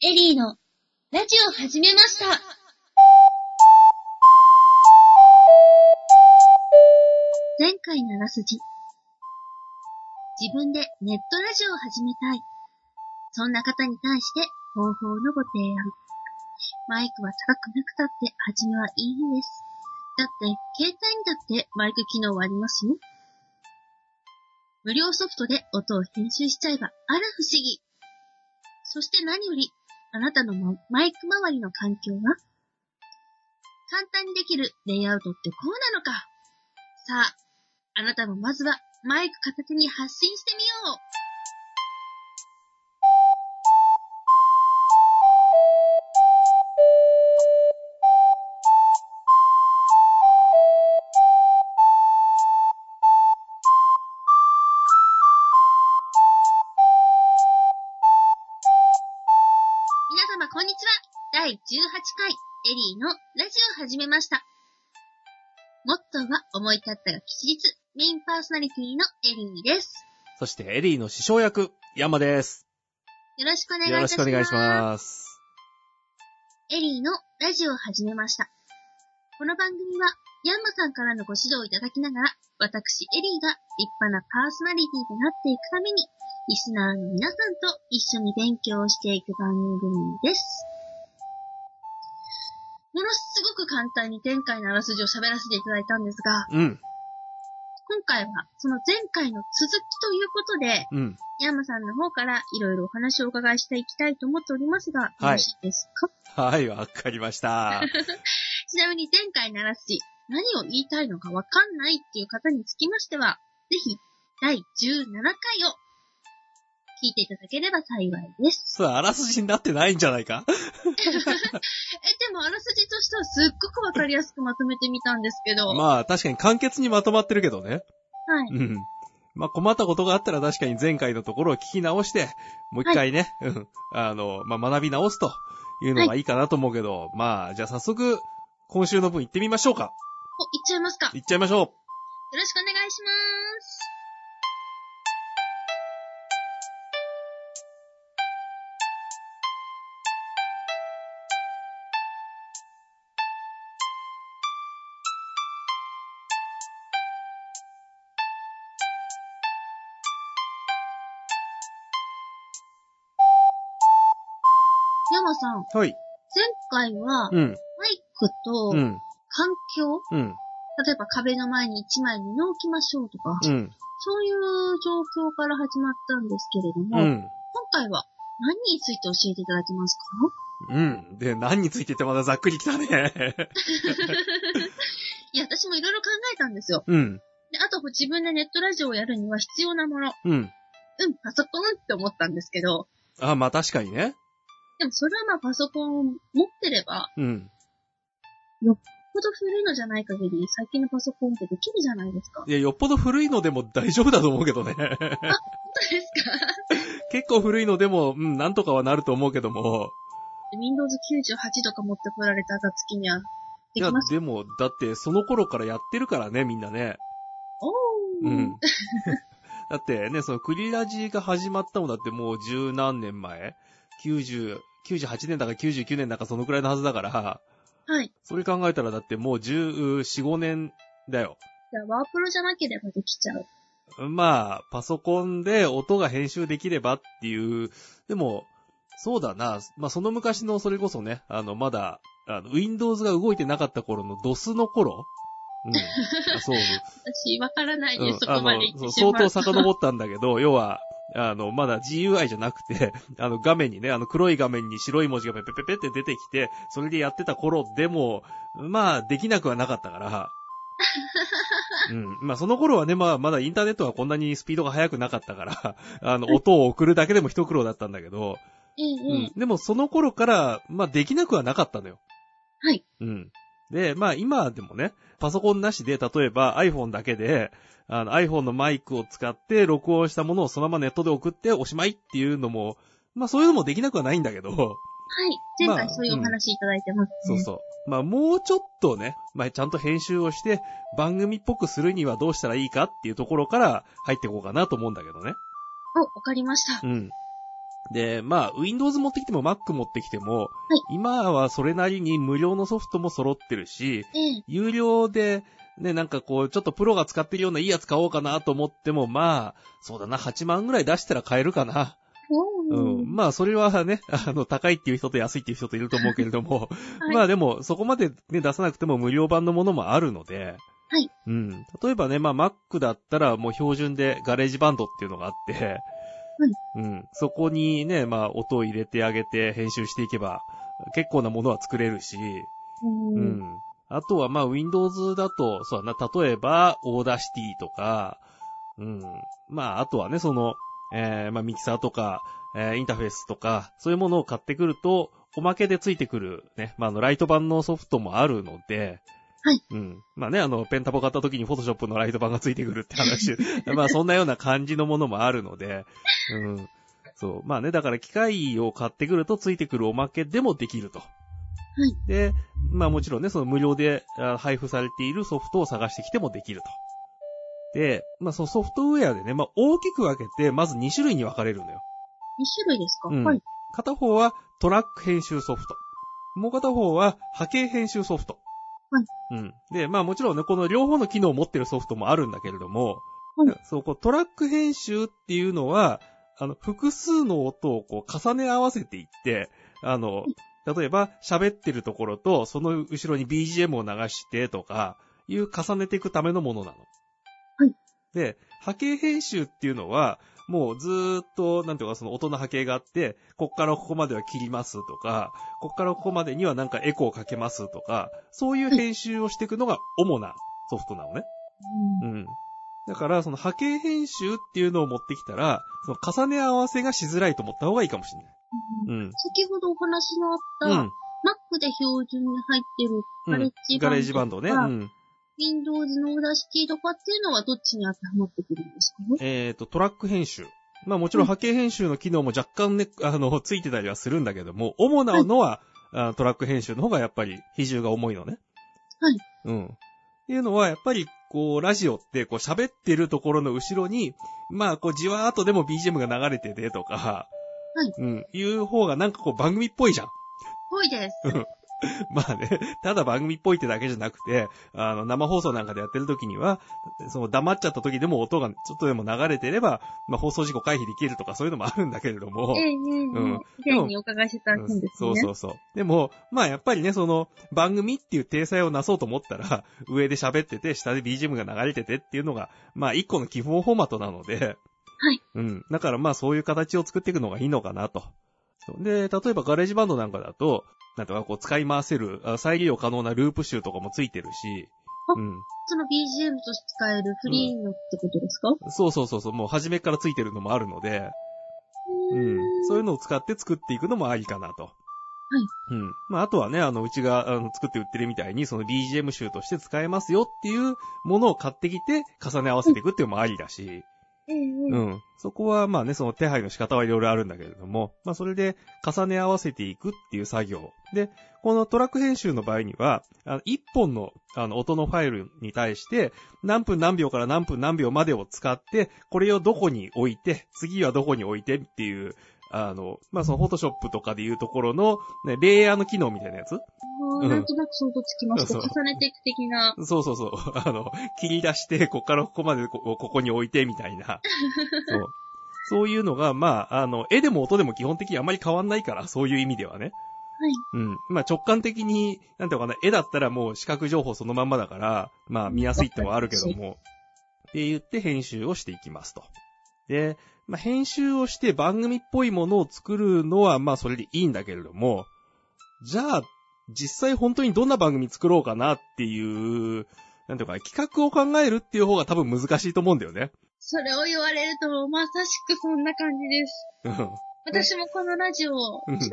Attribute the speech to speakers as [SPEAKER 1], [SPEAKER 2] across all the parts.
[SPEAKER 1] エリーのラジオ始めました。前回のあらすじ。自分でネットラジオを始めたい。そんな方に対して方法のご提案。マイクは高くなくたって初めはいいんです。だって、携帯にだってマイク機能はありますよ。無料ソフトで音を編集しちゃえば、あら不思議。そして何より、あなたのママイク周りの環境は簡単にできるレイアウトってこうなのかさあ、あなたもまずはマイク片手に発信してみよう皆様こんにちは。第18回エリーのラジオを始めました。モットーは思い立ったが吉日、メインパーソナリティのエリーです。
[SPEAKER 2] そしてエリーの師匠役、ヤンマです。
[SPEAKER 1] よろしくお願いい
[SPEAKER 2] よ
[SPEAKER 1] た
[SPEAKER 2] ろ
[SPEAKER 1] し
[SPEAKER 2] し
[SPEAKER 1] ま
[SPEAKER 2] く
[SPEAKER 1] す。
[SPEAKER 2] お願いします。
[SPEAKER 1] エリーのラジオを始めました。この番組は、ヤンマさんからのご指導をいただきながら、私、エリーが立派なパーソナリティとなっていくために、リスナーの皆さんと一緒に勉強をしていく番組です。ものすごく簡単に前回のあらすじを喋らせていただいたんですが、
[SPEAKER 2] うん、
[SPEAKER 1] 今回はその前回の続きということで、
[SPEAKER 2] うん。
[SPEAKER 1] ヤンマさんの方からいろいろお話をお伺いしていきたいと思っておりますが、
[SPEAKER 2] はい
[SPEAKER 1] よろしいですか
[SPEAKER 2] はい、わかりました。
[SPEAKER 1] ちなみに前回のあらすじ、何を言いたいのかわかんないっていう方につきましては、ぜひ、第17回を聞いていただければ幸いです。
[SPEAKER 2] そう、あらすじになってないんじゃないか
[SPEAKER 1] え、でもあらすじとしてはすっごくわかりやすくまとめてみたんですけど、
[SPEAKER 2] まあ、確かに簡潔にまとまってるけど
[SPEAKER 1] は
[SPEAKER 2] ね。
[SPEAKER 1] い。
[SPEAKER 2] うん。まあ、困ったことがあったら確かに前回のところを聞き直して、もう一回ね、うん。あの、まあ、学び直すというのがいいかなと思うけど、まあ、じゃあ早速、今週の分行ってみましょうか。
[SPEAKER 1] お、いっちゃいますか。よ
[SPEAKER 2] 行っちゃいましょう。
[SPEAKER 1] ろしくお願いします。山さん、
[SPEAKER 2] はい。
[SPEAKER 1] 前回は、
[SPEAKER 2] うん、
[SPEAKER 1] マイクと
[SPEAKER 2] う、ん、
[SPEAKER 1] 環境、
[SPEAKER 2] うん、
[SPEAKER 1] 例えば壁の前に1枚布を置きましょうとか、
[SPEAKER 2] うん、
[SPEAKER 1] そういう状況から始まったんですけれど
[SPEAKER 2] う
[SPEAKER 1] も、今
[SPEAKER 2] ん。
[SPEAKER 1] 回は何について教えていただけますか
[SPEAKER 2] うん。で、何についてってまだざっくりきたね。
[SPEAKER 1] いや、私もいろいろ考えたんですよ。
[SPEAKER 2] うん。
[SPEAKER 1] であと、自分でネットラジオをやるには必要なもの。
[SPEAKER 2] うん。
[SPEAKER 1] うん、パソコンって思ったんですけど、
[SPEAKER 2] あ、まあ確かにね。
[SPEAKER 1] でもそれはまあパソコンを持ってれば、
[SPEAKER 2] うん。
[SPEAKER 1] ほど古いのじゃない限り、最近のパソコンってできるじゃないですか。
[SPEAKER 2] いや、よっぽど古いのでも大丈夫だと思うけどね。
[SPEAKER 1] 本当ですか
[SPEAKER 2] 結構古いのでも、うん、なんとかはなると思うけども。
[SPEAKER 1] ?Windows 98とか持ってこられた暁には、
[SPEAKER 2] い
[SPEAKER 1] で
[SPEAKER 2] や
[SPEAKER 1] きます、
[SPEAKER 2] でも、だって、その頃からやってるからね、みんなね。
[SPEAKER 1] お
[SPEAKER 2] う
[SPEAKER 1] ー、
[SPEAKER 2] ん。 だってね、そのクリラジが始まったのだってもう十何年前 ?90、98年だか99年だかそのくらいのはずだから、
[SPEAKER 1] はい。
[SPEAKER 2] それ考えたらだってもう14、5年だよ。
[SPEAKER 1] じゃあ、ワープロじゃなければできちゃう。
[SPEAKER 2] まあ、パソコンで音が編集できればっていう、でも、そうだな、まあその昔のそれこそね、あの、まだ、あの、Windows が動いてなかった頃の DOS の頃うん。あそう。
[SPEAKER 1] 私、わからない
[SPEAKER 2] うん
[SPEAKER 1] です、そこまで
[SPEAKER 2] あ
[SPEAKER 1] 行
[SPEAKER 2] の
[SPEAKER 1] ってし
[SPEAKER 2] 相
[SPEAKER 1] まう
[SPEAKER 2] 当
[SPEAKER 1] と。
[SPEAKER 2] 遡ったんだけど、要は、あの、まだ GUI じゃなくて、あの、画面にね、あの、黒い画面に白い文字がペペペペって出てきて、それでやってた頃でも、まあ、できなくはなかったから。うん。まあ、その頃はね、まあ、まだインターネットはこんなにスピードが速くなかったから、あの、音を送るだけでも一苦労だったんだけど、
[SPEAKER 1] ええ
[SPEAKER 2] う
[SPEAKER 1] ええ
[SPEAKER 2] ん。でも、その頃から、まあ、できなくはなかったのよ。
[SPEAKER 1] はい。
[SPEAKER 2] うん。で、まあ今でもね、パソコンなしで、例えば iPhone だけで、あの iPhone のマイクを使って録音したものをそのままネットで送っておしまいっていうのも、まあそういうのもできなくはないんだけど、
[SPEAKER 1] はい。前回そういうお話いただいてます、ね
[SPEAKER 2] そうそう。まあもうちょっとね、まあちゃんと編集をして番組っぽくするにはどうしたらいいかっていうところから入っていこうかなと思うんだけどね。
[SPEAKER 1] お、わかりました。
[SPEAKER 2] うん。で、まあ、Windows 持ってきても Mac 持ってきても、
[SPEAKER 1] い
[SPEAKER 2] 今はそれなりに無料のソフトも揃ってるし、
[SPEAKER 1] ええ、
[SPEAKER 2] 有料で、ね、なんかこう、ちょっとプロが使ってるようないいやつ買おうかなと思っても、まあ、そうだな、8万ぐらい出したら買えるかな。う
[SPEAKER 1] おー
[SPEAKER 2] ん。まあ、それはね、 あの、高いっていう人と安いっていう人といると思うけれども、
[SPEAKER 1] はい
[SPEAKER 2] まあでも、そこまでね、出さなくても無料版のものもあるので、
[SPEAKER 1] はい。
[SPEAKER 2] うん。例えばね、まあ Mac だったらもう標準でガレージバンドっていうのがあって、うん。そこにね、まあ音を入れてあげて編集していけば、結構なものは作れるし、
[SPEAKER 1] お
[SPEAKER 2] う
[SPEAKER 1] ー
[SPEAKER 2] ん。あとはまあ Windows だと、そうだな、例えば、オーダーシティとか、うん。まああとはね、その、えー、まあミキサーとか、えー、インターフェースとか、そういうものを買ってくると、おまけでついてくる、ね、まああの、ライト版のソフトもあるので、
[SPEAKER 1] はい。
[SPEAKER 2] うん。まあね、あの、ペンタボ買った時にフォトショップのライト版がついてくるっ て話、まあそんなような感じのものもあるので、うん。そう。まあね、だから機械を買ってくるとついてくるおまけでもできると。
[SPEAKER 1] い
[SPEAKER 2] で、まあもちろんね、その無料であ配布されているソフトを探してきてもできると。で、まあそのソフトウェアでね、まあ大きく分けて、まず2種類に分かれるのよ。
[SPEAKER 1] 2種類ですか、
[SPEAKER 2] うん
[SPEAKER 1] はい。
[SPEAKER 2] 片方はトラック編集ソフト。もう片方は波形編集ソフト。
[SPEAKER 1] はい。
[SPEAKER 2] うん。で、まあもちろんね、この両方の機能を持ってるソフトもあるんだけれども、
[SPEAKER 1] はい
[SPEAKER 2] そう、こうトラック編集っていうのは、あの、複数の音をこう重ね合わせていって、あの、例えば喋ってるところと、その後ろに BGM を流してとか、いう重ねていくためのものなの。
[SPEAKER 1] はい。
[SPEAKER 2] で、波形編集っていうのは、もうずーっと、なんていうか、その音の波形があって、こっからここまでは切りますとか、こっからここまでにはなんかエコーかけますとか、そういう編集をしていくのが主なソフトなのね。
[SPEAKER 1] うん
[SPEAKER 2] うん。だから、その波形編集っていうのを持ってきたら、その重ね合わせがしづらいと思った方がいいかもしれない。うん。
[SPEAKER 1] 先ほどお話のあった、
[SPEAKER 2] うん。
[SPEAKER 1] Mac で標準に入ってるガレ
[SPEAKER 2] う
[SPEAKER 1] ッ
[SPEAKER 2] ん。
[SPEAKER 1] ジバンドとか、
[SPEAKER 2] ガレージバンドね。うん。
[SPEAKER 1] Windows のオーダーシティとかっていうのはどっちに当てはまってくるんですかね
[SPEAKER 2] えっ、と、トラック編集。まあもちろん波形編集の機能も若干ね、あの、ついてたりはするんだけども、主なのは、あトラック編集の方がやっぱり比重が重いのね。
[SPEAKER 1] はい。
[SPEAKER 2] うん。っていうのは、やっぱり、こう、ラジオって、こう、喋ってるところの後ろに、まあ、こう、じわーっとでも BGM が流れててとか、
[SPEAKER 1] はい。
[SPEAKER 2] うん。いう方がなんかこう、番組っぽいじゃん。
[SPEAKER 1] ぽいです。
[SPEAKER 2] まあね、ただ番組っぽいってだけじゃなくて、あの、生放送なんかでやってる時には、その黙っちゃった時でも音がちょっとでも流れてれば、まあ放送事故回避できるとかそういうのもあるんだけれども。
[SPEAKER 1] ええええええ
[SPEAKER 2] ん
[SPEAKER 1] 以前にお伺いしてたんですね。
[SPEAKER 2] そうそうそう。でも、まあやっぱりね、その、番組っていう体裁をなそうと思ったら、 上で喋ってて、下で BGM が流れててっていうのが、まあ一個の基本フォーマットなので、
[SPEAKER 1] はい。
[SPEAKER 2] うん。だからまあそういう形を作っていくのがいいのかなと。で、例えばガレージバンドなんかだと、なんとかこう使い回せる、あ再利用可能なループ集とかもついてるし、
[SPEAKER 1] あ
[SPEAKER 2] うん。
[SPEAKER 1] その BGM として使えるフリーのってことですか、
[SPEAKER 2] そうそうそうそう、もう初めからついてるのもあるので、
[SPEAKER 1] う
[SPEAKER 2] うん
[SPEAKER 1] ーん、
[SPEAKER 2] そういうのを使って作っていくのもありかなと。はい。うん。まあ、あとはね、あの、うちがあの作って売ってるみたいに、その BGM 集として使えますよっていうものを買ってきて、重ね合わせていくっていうのもありだし、
[SPEAKER 1] ええ
[SPEAKER 2] う
[SPEAKER 1] ええ
[SPEAKER 2] ん。そこはまあね、その手配の仕方はいろいろあるんだけれども、まあ、それで重ね合わせていくっていう作業。で、このトラック編集の場合には、あの、一本の、あの、音のファイルに対して、何分何秒から何分何秒までを使って、これをどこに置いて、次はどこに置いてっていう、あの、まあ、その、フォトショップとかでいうところの、ね、レイヤーの機能みたいなやつ
[SPEAKER 1] あー
[SPEAKER 2] うん
[SPEAKER 1] なんとなく想像つきました。
[SPEAKER 2] そうそう
[SPEAKER 1] 重ねていく的な。
[SPEAKER 2] そうそうそう。 あの、切り出して、こっからここまでこ、ここに置いて、みたい な。そう。そういうのが、まあ、あの、絵でも音でも基本的にあまり変わんないから、そういう意味ではね。
[SPEAKER 1] はい。
[SPEAKER 2] うん。まあ、直感的に、なんていうのかな、絵だったらもう視覚情報そのまんまだから、まあ、見やすいってのはあるけども。って言って編集をしていきますと。で、まあ、編集をして番組っぽいものを作るのは、まあ、それでいいんだけれども、じゃあ、実際本当にどんな番組作ろうかなっていう、なんていうかな、企画を考えるっていう方が多分難しいと思うんだよね。
[SPEAKER 1] それを言われると、まさしくそんな感じです。
[SPEAKER 2] うん。
[SPEAKER 1] 私もこのラジオ、しば
[SPEAKER 2] う
[SPEAKER 1] ら
[SPEAKER 2] ん
[SPEAKER 1] く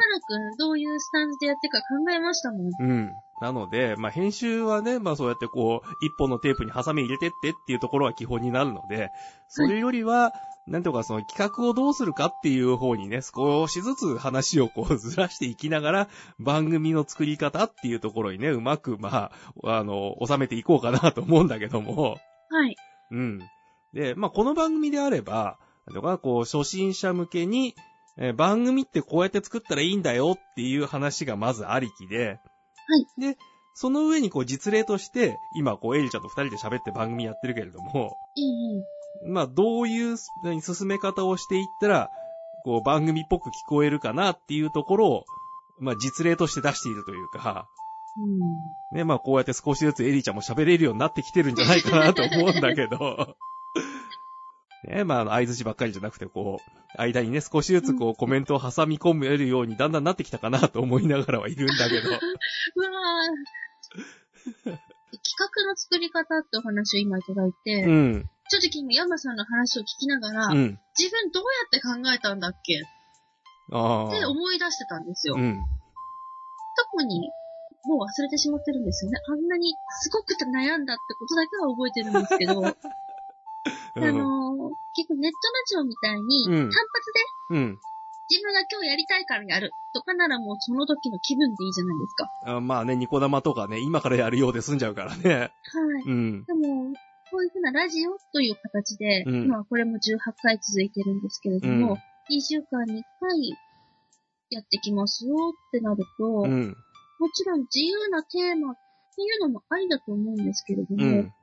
[SPEAKER 1] どういうスタンスでやってるか考えましたもん。
[SPEAKER 2] うん。なので、まあ、編集はね、まあ、そうやってこう、一本のテープにハサミ入れてってっていうところは基本になるので、それよりは、なんとかその企画をどうするかっていう方にね、少しずつ話をこうずらしていきながら、番組の作り方っていうところにね、うまく、まあ、あの、収めていこうかなと思うんだけども。
[SPEAKER 1] はい。
[SPEAKER 2] うん。で、まあ、この番組であれば、なんとか、こう、初心者向けに、えー番組ってこうやって作ったらいいんだよっていう話がまずありきで、。
[SPEAKER 1] はい
[SPEAKER 2] で、その上にこう実例として、今こうエリちゃんと二人で喋って番組やってるけれども、
[SPEAKER 1] ええ
[SPEAKER 2] まあどういう何進め方をしていったら、こう番組っぽく聞こえるかなっていうところを、まあ実例として出しているというか、
[SPEAKER 1] うん。
[SPEAKER 2] ね、まあこうやって少しずつエリーちゃんも喋れるようになってきてるんじゃないかなと思うんだけど。 ね、まああの、相図ばっかりじゃなくて、こう、間にね、少しずつこう、コメントを挟み込めるようにだんだんなってきたかなと思いながらはいるんだけど。
[SPEAKER 1] うわ ぁ。企画の作り方ってお話を今いただいて、
[SPEAKER 2] うん。
[SPEAKER 1] 正直今山さんの話を聞きながら、
[SPEAKER 2] うん。
[SPEAKER 1] 自分どうやって考えたんだっけっ
[SPEAKER 2] あ
[SPEAKER 1] て思い出してたんですよ。
[SPEAKER 2] あ。うん。
[SPEAKER 1] 特に、もう忘れてしまってるんですよね。あんなにすごく悩んだってことだけは覚えてるんですけど、あのー
[SPEAKER 2] うん。
[SPEAKER 1] 結構ネットラジオみたいに、
[SPEAKER 2] う
[SPEAKER 1] 単
[SPEAKER 2] ん
[SPEAKER 1] 発で
[SPEAKER 2] うん。
[SPEAKER 1] 自分が今日やりたいからやるとかならもうその時の気分でいいじゃないですか。
[SPEAKER 2] あまあね、ニコ生とかね、今からやるようで済んじゃうからね。
[SPEAKER 1] はい。
[SPEAKER 2] うん。
[SPEAKER 1] でも、こういうふうなラジオという形で、
[SPEAKER 2] うん
[SPEAKER 1] 今はこれも18回続いてるんですけれど
[SPEAKER 2] う
[SPEAKER 1] も
[SPEAKER 2] ん、
[SPEAKER 1] 2週間に1回やってきますよってなると、
[SPEAKER 2] うん。
[SPEAKER 1] もちろん自由なテーマっていうのもありだと思うんですけれど
[SPEAKER 2] う
[SPEAKER 1] も、
[SPEAKER 2] ん。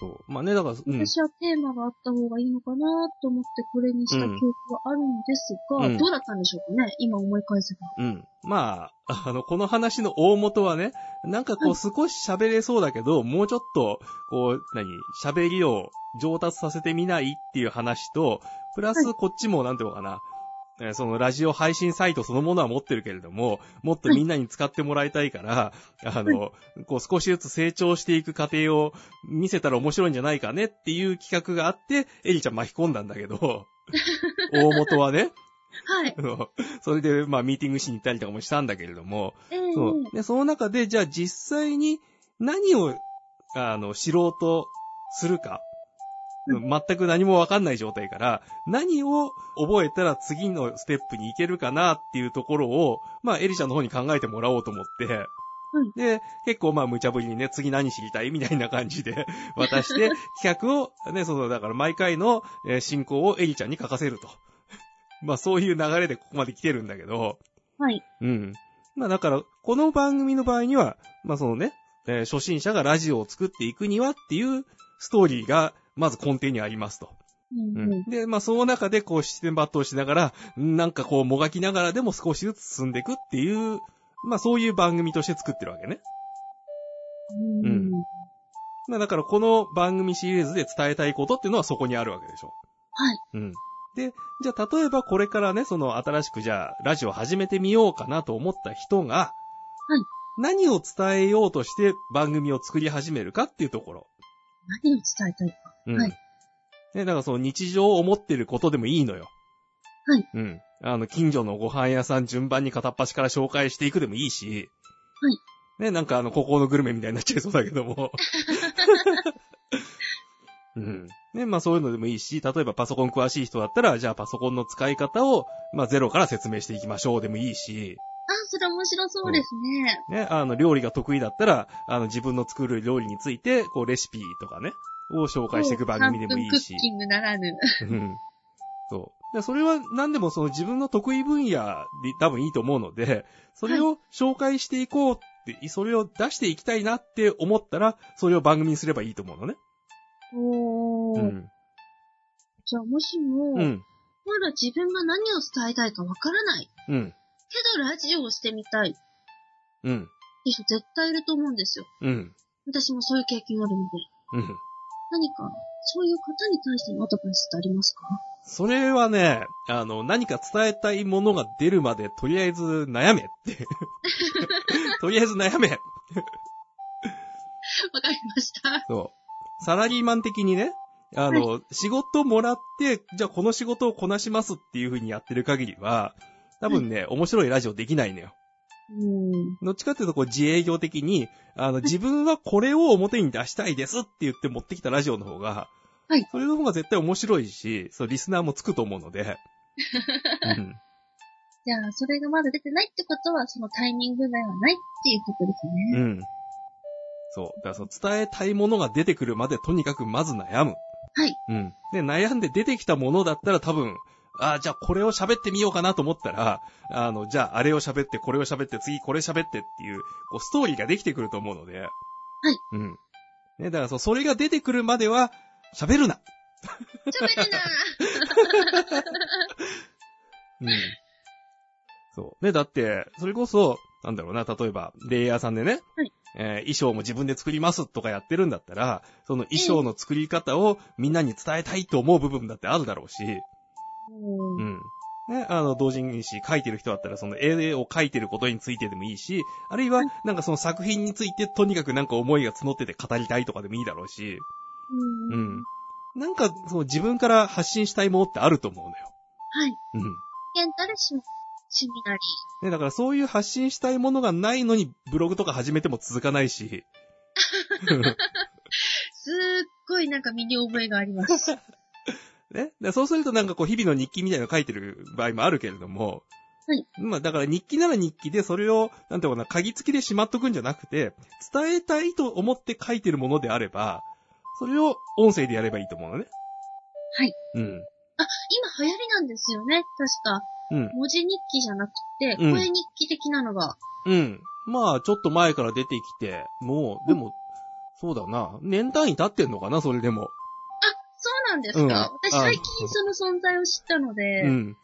[SPEAKER 2] そう。まあね、だから、うん。
[SPEAKER 1] 私はテーマがあった方がいいのかなと思ってこれにした記憶はあるんですが、
[SPEAKER 2] うん
[SPEAKER 1] どうだったんでしょうかね今思い返せば。
[SPEAKER 2] うん。まあ、あの、この話の大元はね、なんかこう少し喋れそうだけど、もうちょっと、こう、何、喋りを上達させてみないっていう話と、プラ
[SPEAKER 1] は
[SPEAKER 2] スこっちも、なんていうのかな、えーそのラジオ配信サイトそのものは持ってるけれども、もっとみんなに使ってもらいたいから、あの、こう少しずつ成長していく過程を見せたら面白いんじゃないかねっていう企画があって、エリちゃん巻き込んだんだけ ど、大元はね、
[SPEAKER 1] はい。
[SPEAKER 2] あのそれで、まあ、ミーティングしに行ったりとかもしたんだけれども、
[SPEAKER 1] ええ
[SPEAKER 2] そう。で、その中で、じゃあ実際に何を、あの、知ろうとするか、
[SPEAKER 1] う
[SPEAKER 2] 全く何もわかんない状態から、何を覚えたら次のステップに行けるかなっていうところを、まあ、エリちゃんの方に考えてもらおうと思って、
[SPEAKER 1] うん
[SPEAKER 2] で、結構まあ無茶ぶりにね、次何知りたいみたいな感じで 渡して、企画を、ね、その、だから毎回のえー進行をエリちゃんに書かせると。まあそういう流れでここまで来てるんだけど、
[SPEAKER 1] はい。
[SPEAKER 2] うん。まあだから、この番組の場合には、まあそのね、えー初心者がラジオを作っていくにはっていうストーリーが、まず根底にありますと。
[SPEAKER 1] うん
[SPEAKER 2] うん
[SPEAKER 1] うん
[SPEAKER 2] で、まあその中でこう視点抜刀しながら、なんかこうもがきながらでも少しずつ進んでいくっていう、まあそういう番組として作ってるわけね。
[SPEAKER 1] うん
[SPEAKER 2] うんまあだからこの番組シリーズで伝えたいことっていうのはそこにあるわけでしょ。
[SPEAKER 1] はい。
[SPEAKER 2] うん。で、じゃあ例えばこれからね、その新しくじゃあラジオ始めてみようかなと思った人が、
[SPEAKER 1] はい。
[SPEAKER 2] 何を伝えようとして番組を作り始めるかっていうところ。
[SPEAKER 1] 何を伝えたいか。
[SPEAKER 2] うん。
[SPEAKER 1] はい
[SPEAKER 2] ね、だからその日常を思ってることでもいいのよ。
[SPEAKER 1] はい。
[SPEAKER 2] うん。あの、近所のご飯屋さん順番に片っ端から紹介していくでもいいし。
[SPEAKER 1] はい。
[SPEAKER 2] ね、なんかあの、孤高のグルメみたいになっちゃいそうだけ ども。うん。ね、まあそういうのでもいいし、例えばパソコン詳しい人だったら、じゃあパソコンの使い方を、まあゼロから説明していきましょうでもいいし、
[SPEAKER 1] あ、それ面白そうですね。
[SPEAKER 2] ね、あの、料理が得意だったら、あの、自分の作る料理について、こう、レシピとかね、を紹介していく番組でもい
[SPEAKER 1] 3分
[SPEAKER 2] いし
[SPEAKER 1] クッ。キングならぬ。
[SPEAKER 2] うん。 そう。でそれは何でもその自分の得意分野で多分いいと思うの で、それを紹介していこうって、それを出していきたいなって思ったら、それを番組にすればいいと思うのね。
[SPEAKER 1] お
[SPEAKER 2] う
[SPEAKER 1] ー。
[SPEAKER 2] ん。
[SPEAKER 1] じゃあもしも、
[SPEAKER 2] うん。
[SPEAKER 1] まだ自分が何を伝えたいかわからない。
[SPEAKER 2] うん。
[SPEAKER 1] けどラジオをしてみたいって
[SPEAKER 2] うん。
[SPEAKER 1] 人絶対いると思うんですよ。
[SPEAKER 2] うん。
[SPEAKER 1] 私もそういう経験あるので。
[SPEAKER 2] うん。
[SPEAKER 1] 何か、そういう方に対してのアドバイスってありますか
[SPEAKER 2] それはね、あの、何か伝えたいものが出るまで、とりあえず悩め って。とりあえず悩め。
[SPEAKER 1] わかりました。
[SPEAKER 2] そう。サラリーマン的にね、あの、仕事もらって、じゃあこの仕事をこなしますっていう風にやってる限りは、多分ね、面白いラジオできないのよ。
[SPEAKER 1] うん。
[SPEAKER 2] どっちかっていうと、こう、自営業的に、あの、自分はこれを表に出したいですって言って持ってきたラジオの方が、
[SPEAKER 1] はい
[SPEAKER 2] それの方が絶対面白いし、そう、リスナーもつくと思う ので。うん
[SPEAKER 1] じゃあ、それがまだ出てないってことは、そのタイミングではないっていうことです
[SPEAKER 2] う
[SPEAKER 1] ね。
[SPEAKER 2] ん。そう。だからその伝えたいものが出てくるまでとにかくまず悩む。
[SPEAKER 1] はい。。
[SPEAKER 2] うん。で、悩んで出てきたものだったら多分、あーじゃあこれを喋ってみようかなと思ったら、あの、じゃああれを喋って、これを喋って、次これ喋ってっていう、こう、ストーリーができてくると思うので。はいうん。ね、だからそう、それが出てくるまでは、喋るな。
[SPEAKER 1] 喋るな
[SPEAKER 2] うん。そう。ね、だって、それこそ、なんだろうな、例えば、レイヤーさんでね、
[SPEAKER 1] はい
[SPEAKER 2] えー衣装も自分で作りますとかやってるんだったら、その衣装の作り方をみんなに伝えたいと思う部分だってあるだろうし、
[SPEAKER 1] う
[SPEAKER 2] うんん。ね、あの、同人誌書いてる人だったら、その絵を描いてることについてでもいいし、あるいは、なんかその作品についてとにかくなんか思いが募ってて語りたいとかでもいいだろうし、う
[SPEAKER 1] うんん。。
[SPEAKER 2] なんか、その自分から発信したいものってあると思うのよ。
[SPEAKER 1] はい。
[SPEAKER 2] うん。
[SPEAKER 1] ケンタでし趣味なり。
[SPEAKER 2] ね、だからそういう発信したいものがないのにブログとか始めても続かないし。
[SPEAKER 1] すっごいなんか身に覚えがあり ます。
[SPEAKER 2] ね。でそうするとなんかこう日々の日記みたいなの書いてる場合もあるけれども。
[SPEAKER 1] はい。
[SPEAKER 2] まあだから日記なら日記でそれを、なんていうのかな、鍵付きでしまっとくんじゃなくて、伝えたいと思って書いてるものであれば、それを音声でやればいいと思うのね。
[SPEAKER 1] はい。
[SPEAKER 2] うん。
[SPEAKER 1] あ、今流行りなんですよね。確か。
[SPEAKER 2] うん。
[SPEAKER 1] 文字日記じゃなくて、
[SPEAKER 2] うん
[SPEAKER 1] 声日記的なのが。
[SPEAKER 2] うん。まあちょっと前から出てきて、もう、でも、そうだな。年単位経ってんのかな、それでも。
[SPEAKER 1] そうなんですか、
[SPEAKER 2] うん
[SPEAKER 1] 私
[SPEAKER 2] あ
[SPEAKER 1] 最近その存在を知ったので、
[SPEAKER 2] うん。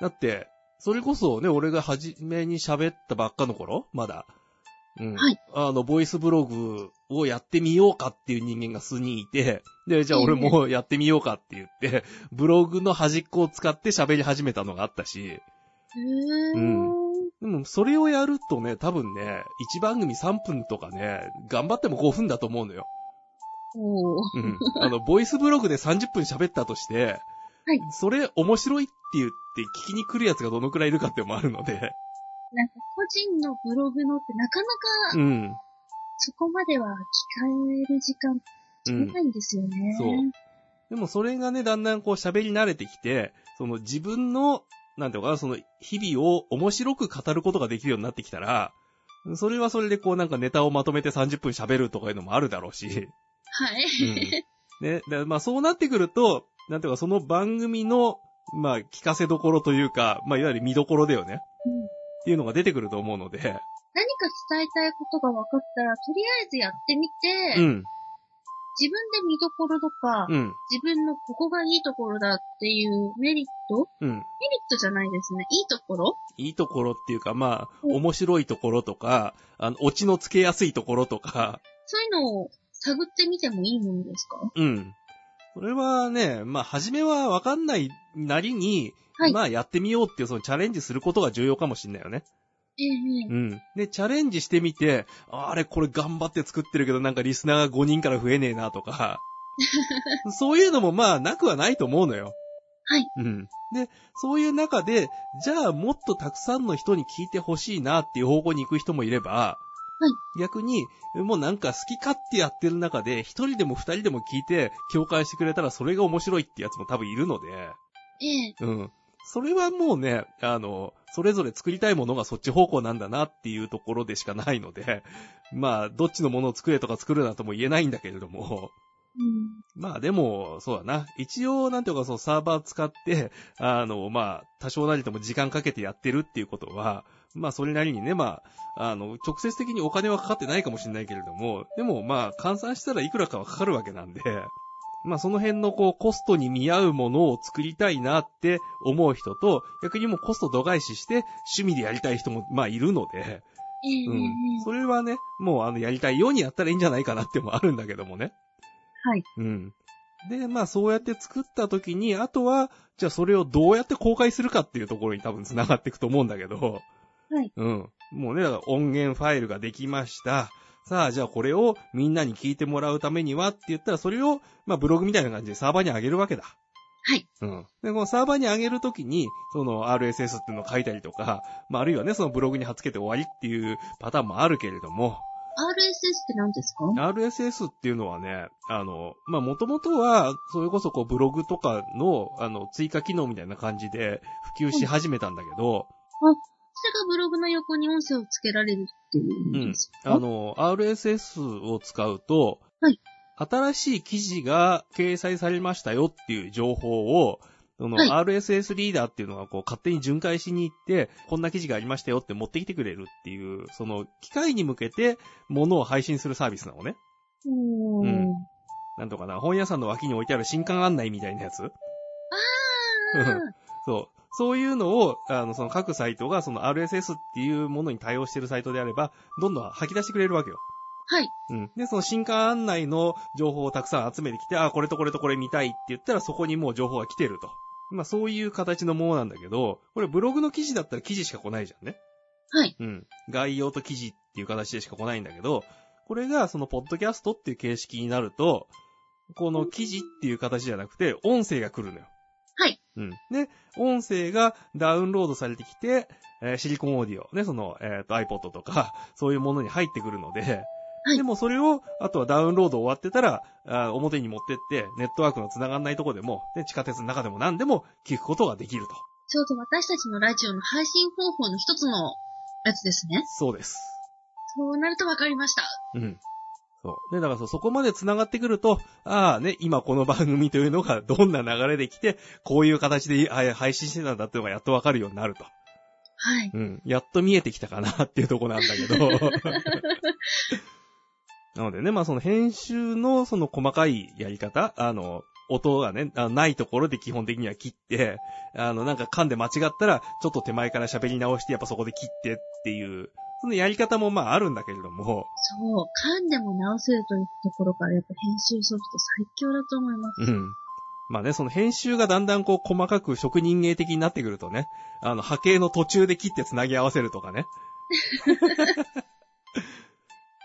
[SPEAKER 2] だって、それこそね、俺が初めに喋ったばっかの頃まだ。うん。
[SPEAKER 1] はい
[SPEAKER 2] あの、ボイスブログをやってみようかっていう人間が数人いて、で、じゃあ
[SPEAKER 1] うん
[SPEAKER 2] 俺もやってみようかって言って、ブログの端っこを使って喋り始めたのがあったし、
[SPEAKER 1] へー
[SPEAKER 2] うんでもそれをやるとね、多分ね、1番組3分とかね、頑張っても5分だと思うのよ。
[SPEAKER 1] おー
[SPEAKER 2] うん。あの、ボイスブログで30分喋ったとして、
[SPEAKER 1] はい
[SPEAKER 2] それ面白いって言って聞きに来るやつがどのくらいいるかってのもあるので、
[SPEAKER 1] なんか個人のブログのってなかなか
[SPEAKER 2] うん。
[SPEAKER 1] そこまでは聞かれる時間
[SPEAKER 2] う
[SPEAKER 1] 取れ
[SPEAKER 2] ん
[SPEAKER 1] な。いんですよね。
[SPEAKER 2] そうでもそれがね、だんだんこう喋り慣れてきて、その自分の、なんていうのかな、その日々を面白く語ることができるようになってきたら、それはそれでこうなんかネタをまとめて30分喋るとかいうのもあるだろうし、
[SPEAKER 1] はい。
[SPEAKER 2] うん。ね、だまあそうなってくると、なんていうかその番組の、まあ聞かせどころというか、まあいわゆる見どころだよね。
[SPEAKER 1] うん
[SPEAKER 2] っていうのが出てくると思うので、
[SPEAKER 1] 何か伝えたいことが分かったら、とりあえずやってみて、
[SPEAKER 2] うん、
[SPEAKER 1] 自分で見どころとか、
[SPEAKER 2] うん、
[SPEAKER 1] 自分のここがいいところだっていうメリット
[SPEAKER 2] うん。
[SPEAKER 1] メリットじゃないですね。いいところ
[SPEAKER 2] いいところっていうか、まあ、
[SPEAKER 1] うん
[SPEAKER 2] 面白いところとか、あの、オチのつけやすいところとか、
[SPEAKER 1] そういうのを探ってみてもいいものですか
[SPEAKER 2] うん。それはね、まあ、初めはわかんないなりに、
[SPEAKER 1] はい
[SPEAKER 2] まあ、やってみようっていう、そのチャレンジすることが重要かもしんないよね。
[SPEAKER 1] ええ
[SPEAKER 2] うん。で、チャレンジしてみて、ああれこれ頑張って作ってるけど、なんかリスナーが5人から増えねえなとか、そういうのもまあ、なくはないと思うのよ。
[SPEAKER 1] はい。
[SPEAKER 2] うん。で、そういう中で、じゃあもっとたくさんの人に聞いてほしいなっていう方向に行く人もいれば、逆に、もうなんか好き勝手やってる中で、一人でも二人でも聞いて、共感してくれたらそれが面白いってやつも多分いるので、
[SPEAKER 1] ええ
[SPEAKER 2] うん。それはもうね、あの、それぞれ作りたいものがそっち方向なんだなっていうところでしかないので、まあ、どっちのものを作れとか作るなとも言えないんだけれども、
[SPEAKER 1] うん。
[SPEAKER 2] まあでも、そうだな。一応、なんていうか、そのサーバー使って、 あの、まあ、多少なりとも時間かけてやってるっていうことは、まあそれなりにね、まあ、あの、直接的にお金はかかってないかもしれないけれども、でもまあ、換算したらいくらかはかかるわけなんで、 まあその辺のこう、コストに見合うものを作りたいなって思う人と、逆にもうコスト度外視して趣味でやりたい人も、まあいるので、
[SPEAKER 1] ええ
[SPEAKER 2] うん。それはね、もうあの、やりたいようにやったらいいんじゃないかなってもあるんだけどもね。
[SPEAKER 1] はい。
[SPEAKER 2] うん。で、まあそうやって作った時に、あとは、じゃあそれをどうやって公開するかっていうところに多分繋がっていくと思うんだけど。
[SPEAKER 1] はい。
[SPEAKER 2] うん。もうね、だから音源ファイルができました。さあ、じゃあこれをみんなに聞いてもらうためにはって言ったら、それを、まあブログみたいな感じでサーバーに上げるわけだ。
[SPEAKER 1] はい。
[SPEAKER 2] うん。で、このサーバーに上げるときに、その RSS っていうのを書いたりとか、まああるいはね、そのブログに貼っ付けて終わりっていうパターンもあるけれども、
[SPEAKER 1] RSS って何ですか
[SPEAKER 2] RSS っていうのはね、あの、まあ、もともとは、それこそこうブログとかの、あの、追加機能みたいな感じで普及し始めたんだけど、
[SPEAKER 1] それがブログの横に音声をつけられるっていう
[SPEAKER 2] う
[SPEAKER 1] ん
[SPEAKER 2] ん
[SPEAKER 1] ですか、
[SPEAKER 2] あの、RSS を使うと、
[SPEAKER 1] はい
[SPEAKER 2] 新しい記事が掲載されましたよっていう情報を、その
[SPEAKER 1] はい
[SPEAKER 2] RSS リーダーっていうのがこう勝手に巡回しに行って、こんな記事がありましたよって持ってきてくれるっていう、その機械に向けて物を配信するサービスなのね。
[SPEAKER 1] おー。
[SPEAKER 2] う
[SPEAKER 1] あ
[SPEAKER 2] んなんとかな、本屋さんの脇に置いてある新刊案内みたいなやつ
[SPEAKER 1] ー。
[SPEAKER 2] そう。そういうのを、あの、その各サイトが、その RSS っていうものに対応してるサイトであれば、どんどん吐き出してくれるわけよ。
[SPEAKER 1] はい。
[SPEAKER 2] うん。で、その新刊案内の情報をたくさん集めてきて、あ、これとこれとこれ見たいって言ったら、そこにもう情報が来てると。まあ、そういう形のものなんだけど、これブログの記事だったら記事しか来ないじゃんね。
[SPEAKER 1] はい。
[SPEAKER 2] うん。概要と記事っていう形でしか来ないんだけど、これがそのポッドキャストっていう形式になると、この記事っていう形じゃなくて、音声が来るのよ。
[SPEAKER 1] はい。
[SPEAKER 2] うん。で、音声がダウンロードされてきて、えーシリコンオーディオ、ね、その、えっ、と、iPod とか、そういうものに入ってくるので、
[SPEAKER 1] はい
[SPEAKER 2] でもそれを、あとはダウンロード終わってたら、あー表に持ってって、ネットワークの繋がんないとこでも、で地下鉄の中でも何でも聞くことができると。
[SPEAKER 1] ちょうど私たちのラジオの配信方法の一つのやつですね。
[SPEAKER 2] そうです。
[SPEAKER 1] そうなるとわかりました。
[SPEAKER 2] うん。そう。ね、だからそうそこまで繋がってくると、ああね、今この番組というのがどんな流れで来て、こういう形であ配信してたんだっていうのがやっとわかるようになると。
[SPEAKER 1] はい。
[SPEAKER 2] うん。やっと見えてきたかなっていうとこなんだけど。なのでね、まあその編集のその細かいやり方、あの、音がね、あのないところで基本的には切って、あの、なんか噛んで間違ったら、ちょっと手前から喋り直して、やっぱそこで切ってっていう、そのやり方もまああるんだけれども、
[SPEAKER 1] そう、噛んでも直せるというところからやっぱ編集ソフト最強だと思います。
[SPEAKER 2] うん。まあね、その編集がだんだんこう細かく職人芸的になってくるとね、あの波形の途中で切って繋ぎ合わせるとか ね。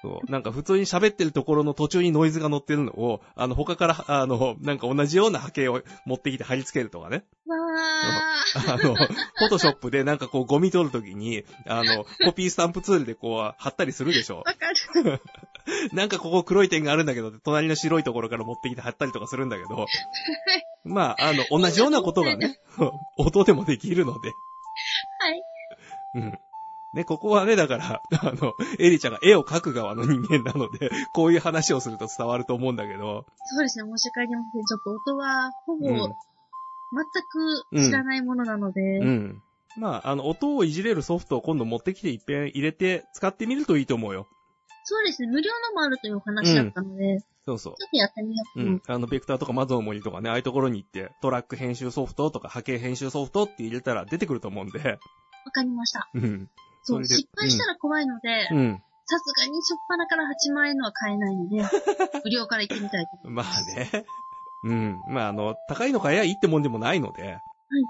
[SPEAKER 2] そう。なんか普通に喋ってるところの途中にノイズが乗ってるのを、あの他から、あの、なんか同じような波形を持ってきて貼り付けるとかね。
[SPEAKER 1] わー。
[SPEAKER 2] あの、フォトショップでなんかこうゴミ取るときに、あの、コピースタンプツールでこう貼ったりするでしょ。
[SPEAKER 1] わかる。
[SPEAKER 2] なんかここ黒い点があるんだけど、隣の白いところから持ってきて貼ったりとかするんだけ ど、まあ、あの、同じようなことがね、 音でもできるので、
[SPEAKER 1] はい。
[SPEAKER 2] うん。ね、ここはね、だから、あの、エリちゃんが絵を描く側の人間なので、こういう話をすると伝わると思うんだけど、
[SPEAKER 1] そうですね、申し訳ありません。ちょっと音はほぼ
[SPEAKER 2] う
[SPEAKER 1] 全
[SPEAKER 2] ん
[SPEAKER 1] く知らないものなので、
[SPEAKER 2] うん。まあ、あの、音をいじれるソフトを今度持ってきて一遍入れて使ってみるといいと思うよ。
[SPEAKER 1] そうですね、無料のもあるというお話だったので、ち
[SPEAKER 2] そうそう。
[SPEAKER 1] ょっとやってみよう。
[SPEAKER 2] うん。あの、ベクターとかマゾの森とかね、ああいうところに行って、トラック編集ソフトとか波形編集ソフトって入れたら出てくると思うんで、
[SPEAKER 1] わかりました。
[SPEAKER 2] うん。
[SPEAKER 1] そ、
[SPEAKER 2] そうれで
[SPEAKER 1] 失敗したら怖いので、
[SPEAKER 2] うん。
[SPEAKER 1] さすがに初っ端から8万円のは買えないので、無料から行ってみたいと思い
[SPEAKER 2] まあね。うん。まあ、あの、高いの買えばいいってもんでもないので。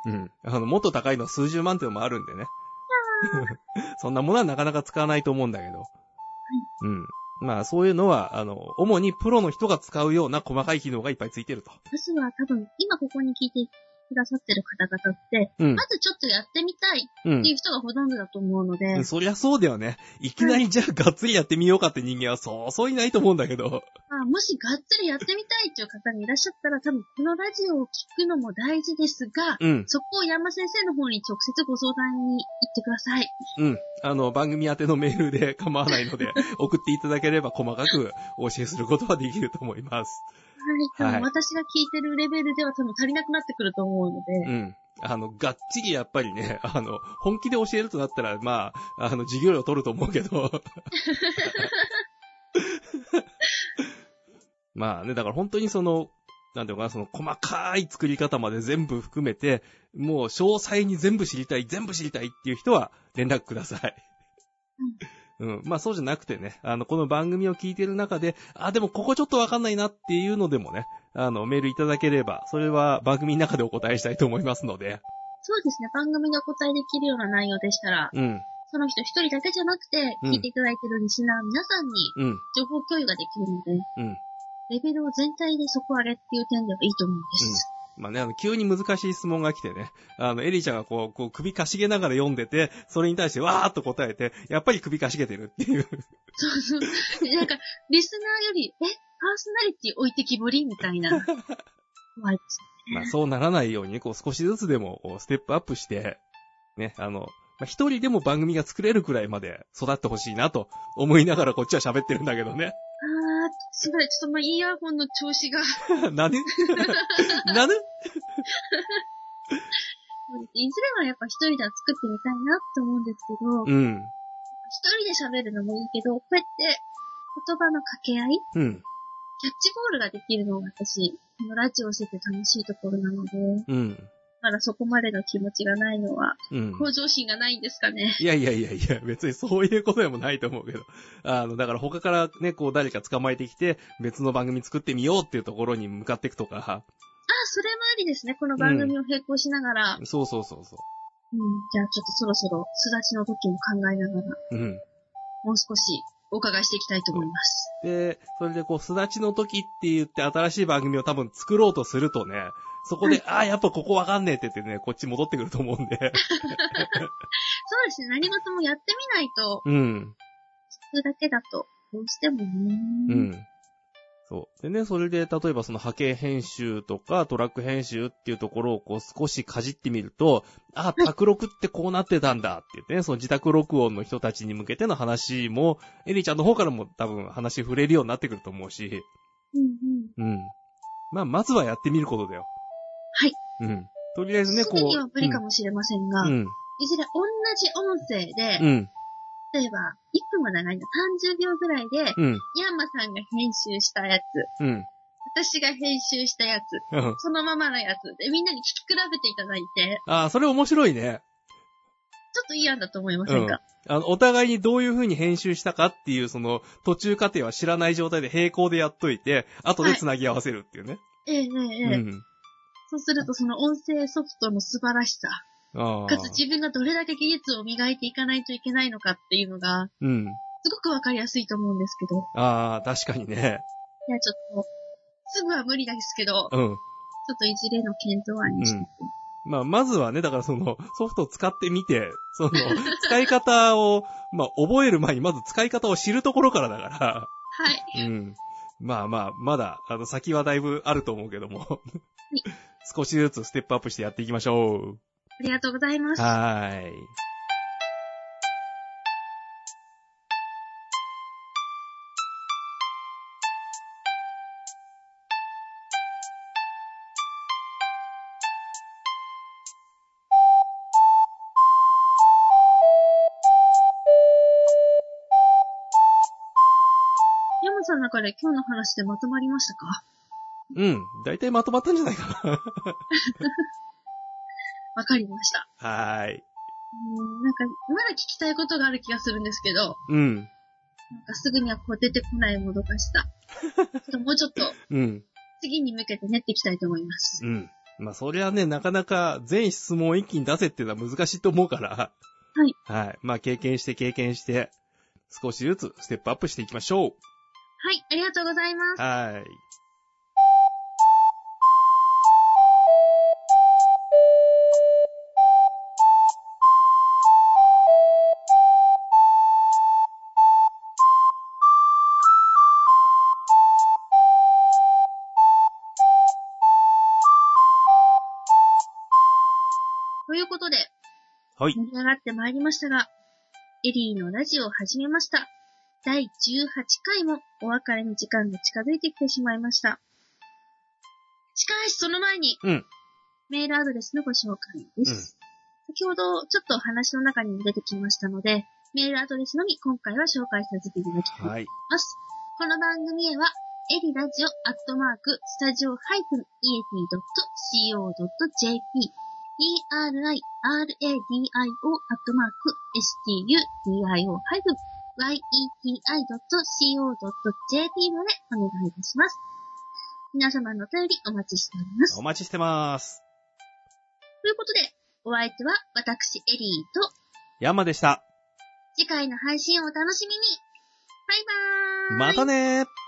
[SPEAKER 2] うん。あの、もっと高いの数十万っていうのもあるんでね。 そんなものはなかなか使わないと思うんだけど。うん。まあ、そういうのは、あの、主にプロの人が使うような細かい機能がいっぱいついてると。
[SPEAKER 1] まずは多分、今ここに聞いてくださってる方々って、
[SPEAKER 2] うん
[SPEAKER 1] ま。ずちょっとやってみたい
[SPEAKER 2] うん
[SPEAKER 1] っていう人がほとんどだと思うので、
[SPEAKER 2] うん。そりゃそうだよね。いきなりじゃあがっつりやってみようかって人間はそうそういないと思うんだけど。
[SPEAKER 1] まあ、もしがっつりやってみたいっていう方にいらっしゃったら、多分このラジオを聞くのも大事ですが、
[SPEAKER 2] うん。
[SPEAKER 1] そこを山先生の方に直接ご相談に行ってください。
[SPEAKER 2] うん。あの、番組宛てのメールで構わないの で、送っていただければ細かくお教えすることはできると思います。
[SPEAKER 1] はい。多
[SPEAKER 2] はい
[SPEAKER 1] 分私が聞いてるレベルでは多分足りなくなってくると思うので、
[SPEAKER 2] うん。あの、がっちりやっぱりね、 あの、本気で教えるとなったら、まあ、あの、授業料取ると思うけど。 まあね、だから本当にその、なんていうのかな、その細かい作り方まで全部含めて、もう詳細に全部知りたい、全部知りたいっていう人は連絡ください。うん。まあそうじゃなくてね、あの、この番組を聞いてる中で、あ、でもここちょっとわかんないなっていうのでもね、あの、メールいただければ、それは番組の中でお答えしたいと思いますので。
[SPEAKER 1] そうですね、番組がお答えできるような内容でしたら、
[SPEAKER 2] うん、
[SPEAKER 1] その人一人だけじゃなくて、
[SPEAKER 2] うん
[SPEAKER 1] 聞いていただいてるリスナー皆さんに
[SPEAKER 2] うん、
[SPEAKER 1] 情報共有ができるので、
[SPEAKER 2] うん。
[SPEAKER 1] レベルを全体で底上げっていう点ではいいと思うんです。
[SPEAKER 2] まあね、あの、急に難しい質問が来てね、あの、エリちゃんがこう、こう、首かしげながら読んでて、それに対してわーっと答えて、やっぱり首かしげてるっていう。
[SPEAKER 1] そうそう。 なんか、リスナーより、え、パーソナリティ置いてきぼりみたいな。怖いです。
[SPEAKER 2] まあそうならないようにね、こう、少しずつでも、こう、ステップアップして、ね、あの、まあ一人でも番組が作れるくらいまで育ってほしいなと思いながらこっちは喋ってるんだけどね。
[SPEAKER 1] あー、すごい。ちょっと もうイヤホンの調子が。
[SPEAKER 2] なぬなぬ
[SPEAKER 1] いずれはやっぱ一人では作ってみたいなって思うんですけど、
[SPEAKER 2] うん。
[SPEAKER 1] 一人で喋るのもいいけど、こうやって言葉の掛け合い
[SPEAKER 2] うん。
[SPEAKER 1] キャッチボールができるのが私、このラジオをしてて楽しいところなので、
[SPEAKER 2] うん。
[SPEAKER 1] まだそこまでの気持ちがないのは、
[SPEAKER 2] うん。
[SPEAKER 1] 向上心がないんですかね。
[SPEAKER 2] いやいやいやいや、別にそういうことでもないと思うけど。あの、だから他からね、こう誰か捕まえてきて、別の番組作ってみようっていうところに向かっていくとか。
[SPEAKER 1] あ、それもありですね。この番組を並行しながら。うん。
[SPEAKER 2] そうそうそうそ
[SPEAKER 1] じゃあちょっとそろそろ、巣立ちの時も考えながら、
[SPEAKER 2] う。うん。
[SPEAKER 1] もう少しお伺いしていきたいと思います。
[SPEAKER 2] で、それでこう、巣立ちの時って言って新しい番組を多分作ろうとするとね、そこで、ああ、やっぱここわかんねえって言ってね、こっち戻ってくると思うんで。
[SPEAKER 1] そうですね。何事もやってみないと、
[SPEAKER 2] うん。
[SPEAKER 1] 聞くだけだと、どうしてもね。
[SPEAKER 2] う。ん。そう。でね、それで、例えばその波形編集とかトラック編集っていうところをこう少しかじってみると、あ、宅録ってこうなってたんだって言ってね、その自宅録音の人たちに向けての話も、エリちゃんの方からも多分話触れるようになってくると思うし、
[SPEAKER 1] うんうん。
[SPEAKER 2] うん。まあ、まずはやってみることだよ。
[SPEAKER 1] はい。
[SPEAKER 2] うん。とりあえずね、
[SPEAKER 1] す
[SPEAKER 2] こ
[SPEAKER 1] ぐ
[SPEAKER 2] う。
[SPEAKER 1] には無理かもしれませんが、
[SPEAKER 2] うん。
[SPEAKER 1] いずれ同じ音声で、
[SPEAKER 2] うん。
[SPEAKER 1] 例えば、1分は長いの30秒ぐらいで、
[SPEAKER 2] うん。
[SPEAKER 1] ヤンマさんが編集したやつ、
[SPEAKER 2] うん。
[SPEAKER 1] 私が編集したやつ、
[SPEAKER 2] うん。
[SPEAKER 1] そのままのやつでみんなに聞き比べていただいて、
[SPEAKER 2] ああ、それ面白いね。
[SPEAKER 1] ちょっといい案だと思いませんか、
[SPEAKER 2] あの、お互いにどういう風に編集したかっていう、その、途中過程は知らない状態で並行でやっといて、後で繋ぎ合わせるっていうね。
[SPEAKER 1] ええええええ
[SPEAKER 2] うん。
[SPEAKER 1] そうするとその音声ソフトの素晴らしさ、
[SPEAKER 2] ああ。
[SPEAKER 1] かつ自分がどれだけ技術を磨いていかないといけないのかっていうのが、
[SPEAKER 2] うん。
[SPEAKER 1] すごくわかりやすいと思うんですけど、
[SPEAKER 2] ああ、確かにね。
[SPEAKER 1] いや、ちょっと、すぐは無理ですけど、ちょ
[SPEAKER 2] うん。
[SPEAKER 1] っといずれの検討案にして、
[SPEAKER 2] うんまあ、まずはね、だからその、ソフトを使ってみて、 その、使い方を、まあ、覚える前に、まず使い方を知るところからだか
[SPEAKER 1] はい。
[SPEAKER 2] ら。うん。まあまあ、まだ、あの、先はだいぶあると思うけども。少しずつステップアップしてやっていきましょう。
[SPEAKER 1] ありがとうございます。
[SPEAKER 2] はーい。
[SPEAKER 1] ヤンマさんの中で今日の話でまとまりましたか
[SPEAKER 2] うん。大体まとまったんじゃないか
[SPEAKER 1] わかりました。
[SPEAKER 2] な。はーい。
[SPEAKER 1] うんなんか、まだ聞きたいことがある気がするんですけど、
[SPEAKER 2] うん。
[SPEAKER 1] なんかすぐにはこう出てこないもどかし さ。ちょっともうちょっと、
[SPEAKER 2] うん。
[SPEAKER 1] 次に向けて練っていきたいと思います。
[SPEAKER 2] うん。まあ、そりゃね、なかなか全質問を一気に出せっていうのは難しいと思うから。
[SPEAKER 1] はい。
[SPEAKER 2] はい。まあ、経験して経験して、少しずつステップアップしていきましょう。
[SPEAKER 1] はい、ありがとうございます。
[SPEAKER 2] はーい。
[SPEAKER 1] ということで、
[SPEAKER 2] はい
[SPEAKER 1] 盛り上がってまいりましたが、エリーのラジオを始めました。第18回もお別れの時間が近づいてきてしまいました。しかし、その前に、
[SPEAKER 2] うん
[SPEAKER 1] メールアドレスのご紹介です。先ほどちょっとお話の中にも出てきましたので、メールアドレスのみ今回は紹介させていただきたいと
[SPEAKER 2] はい。
[SPEAKER 1] ます。この番組へは、エリラジオアットマーク、スタジオ -efi.co.jp、eriradio アットマーク、studio-yeti.co.jp までお願いいたします。皆様のお便りお待ちしております
[SPEAKER 2] お。待ちしてます。
[SPEAKER 1] ということで、お相手は私エリーと、
[SPEAKER 2] ヤンマでした。
[SPEAKER 1] 次回の配信をお楽しみにバイバーイ
[SPEAKER 2] またねー。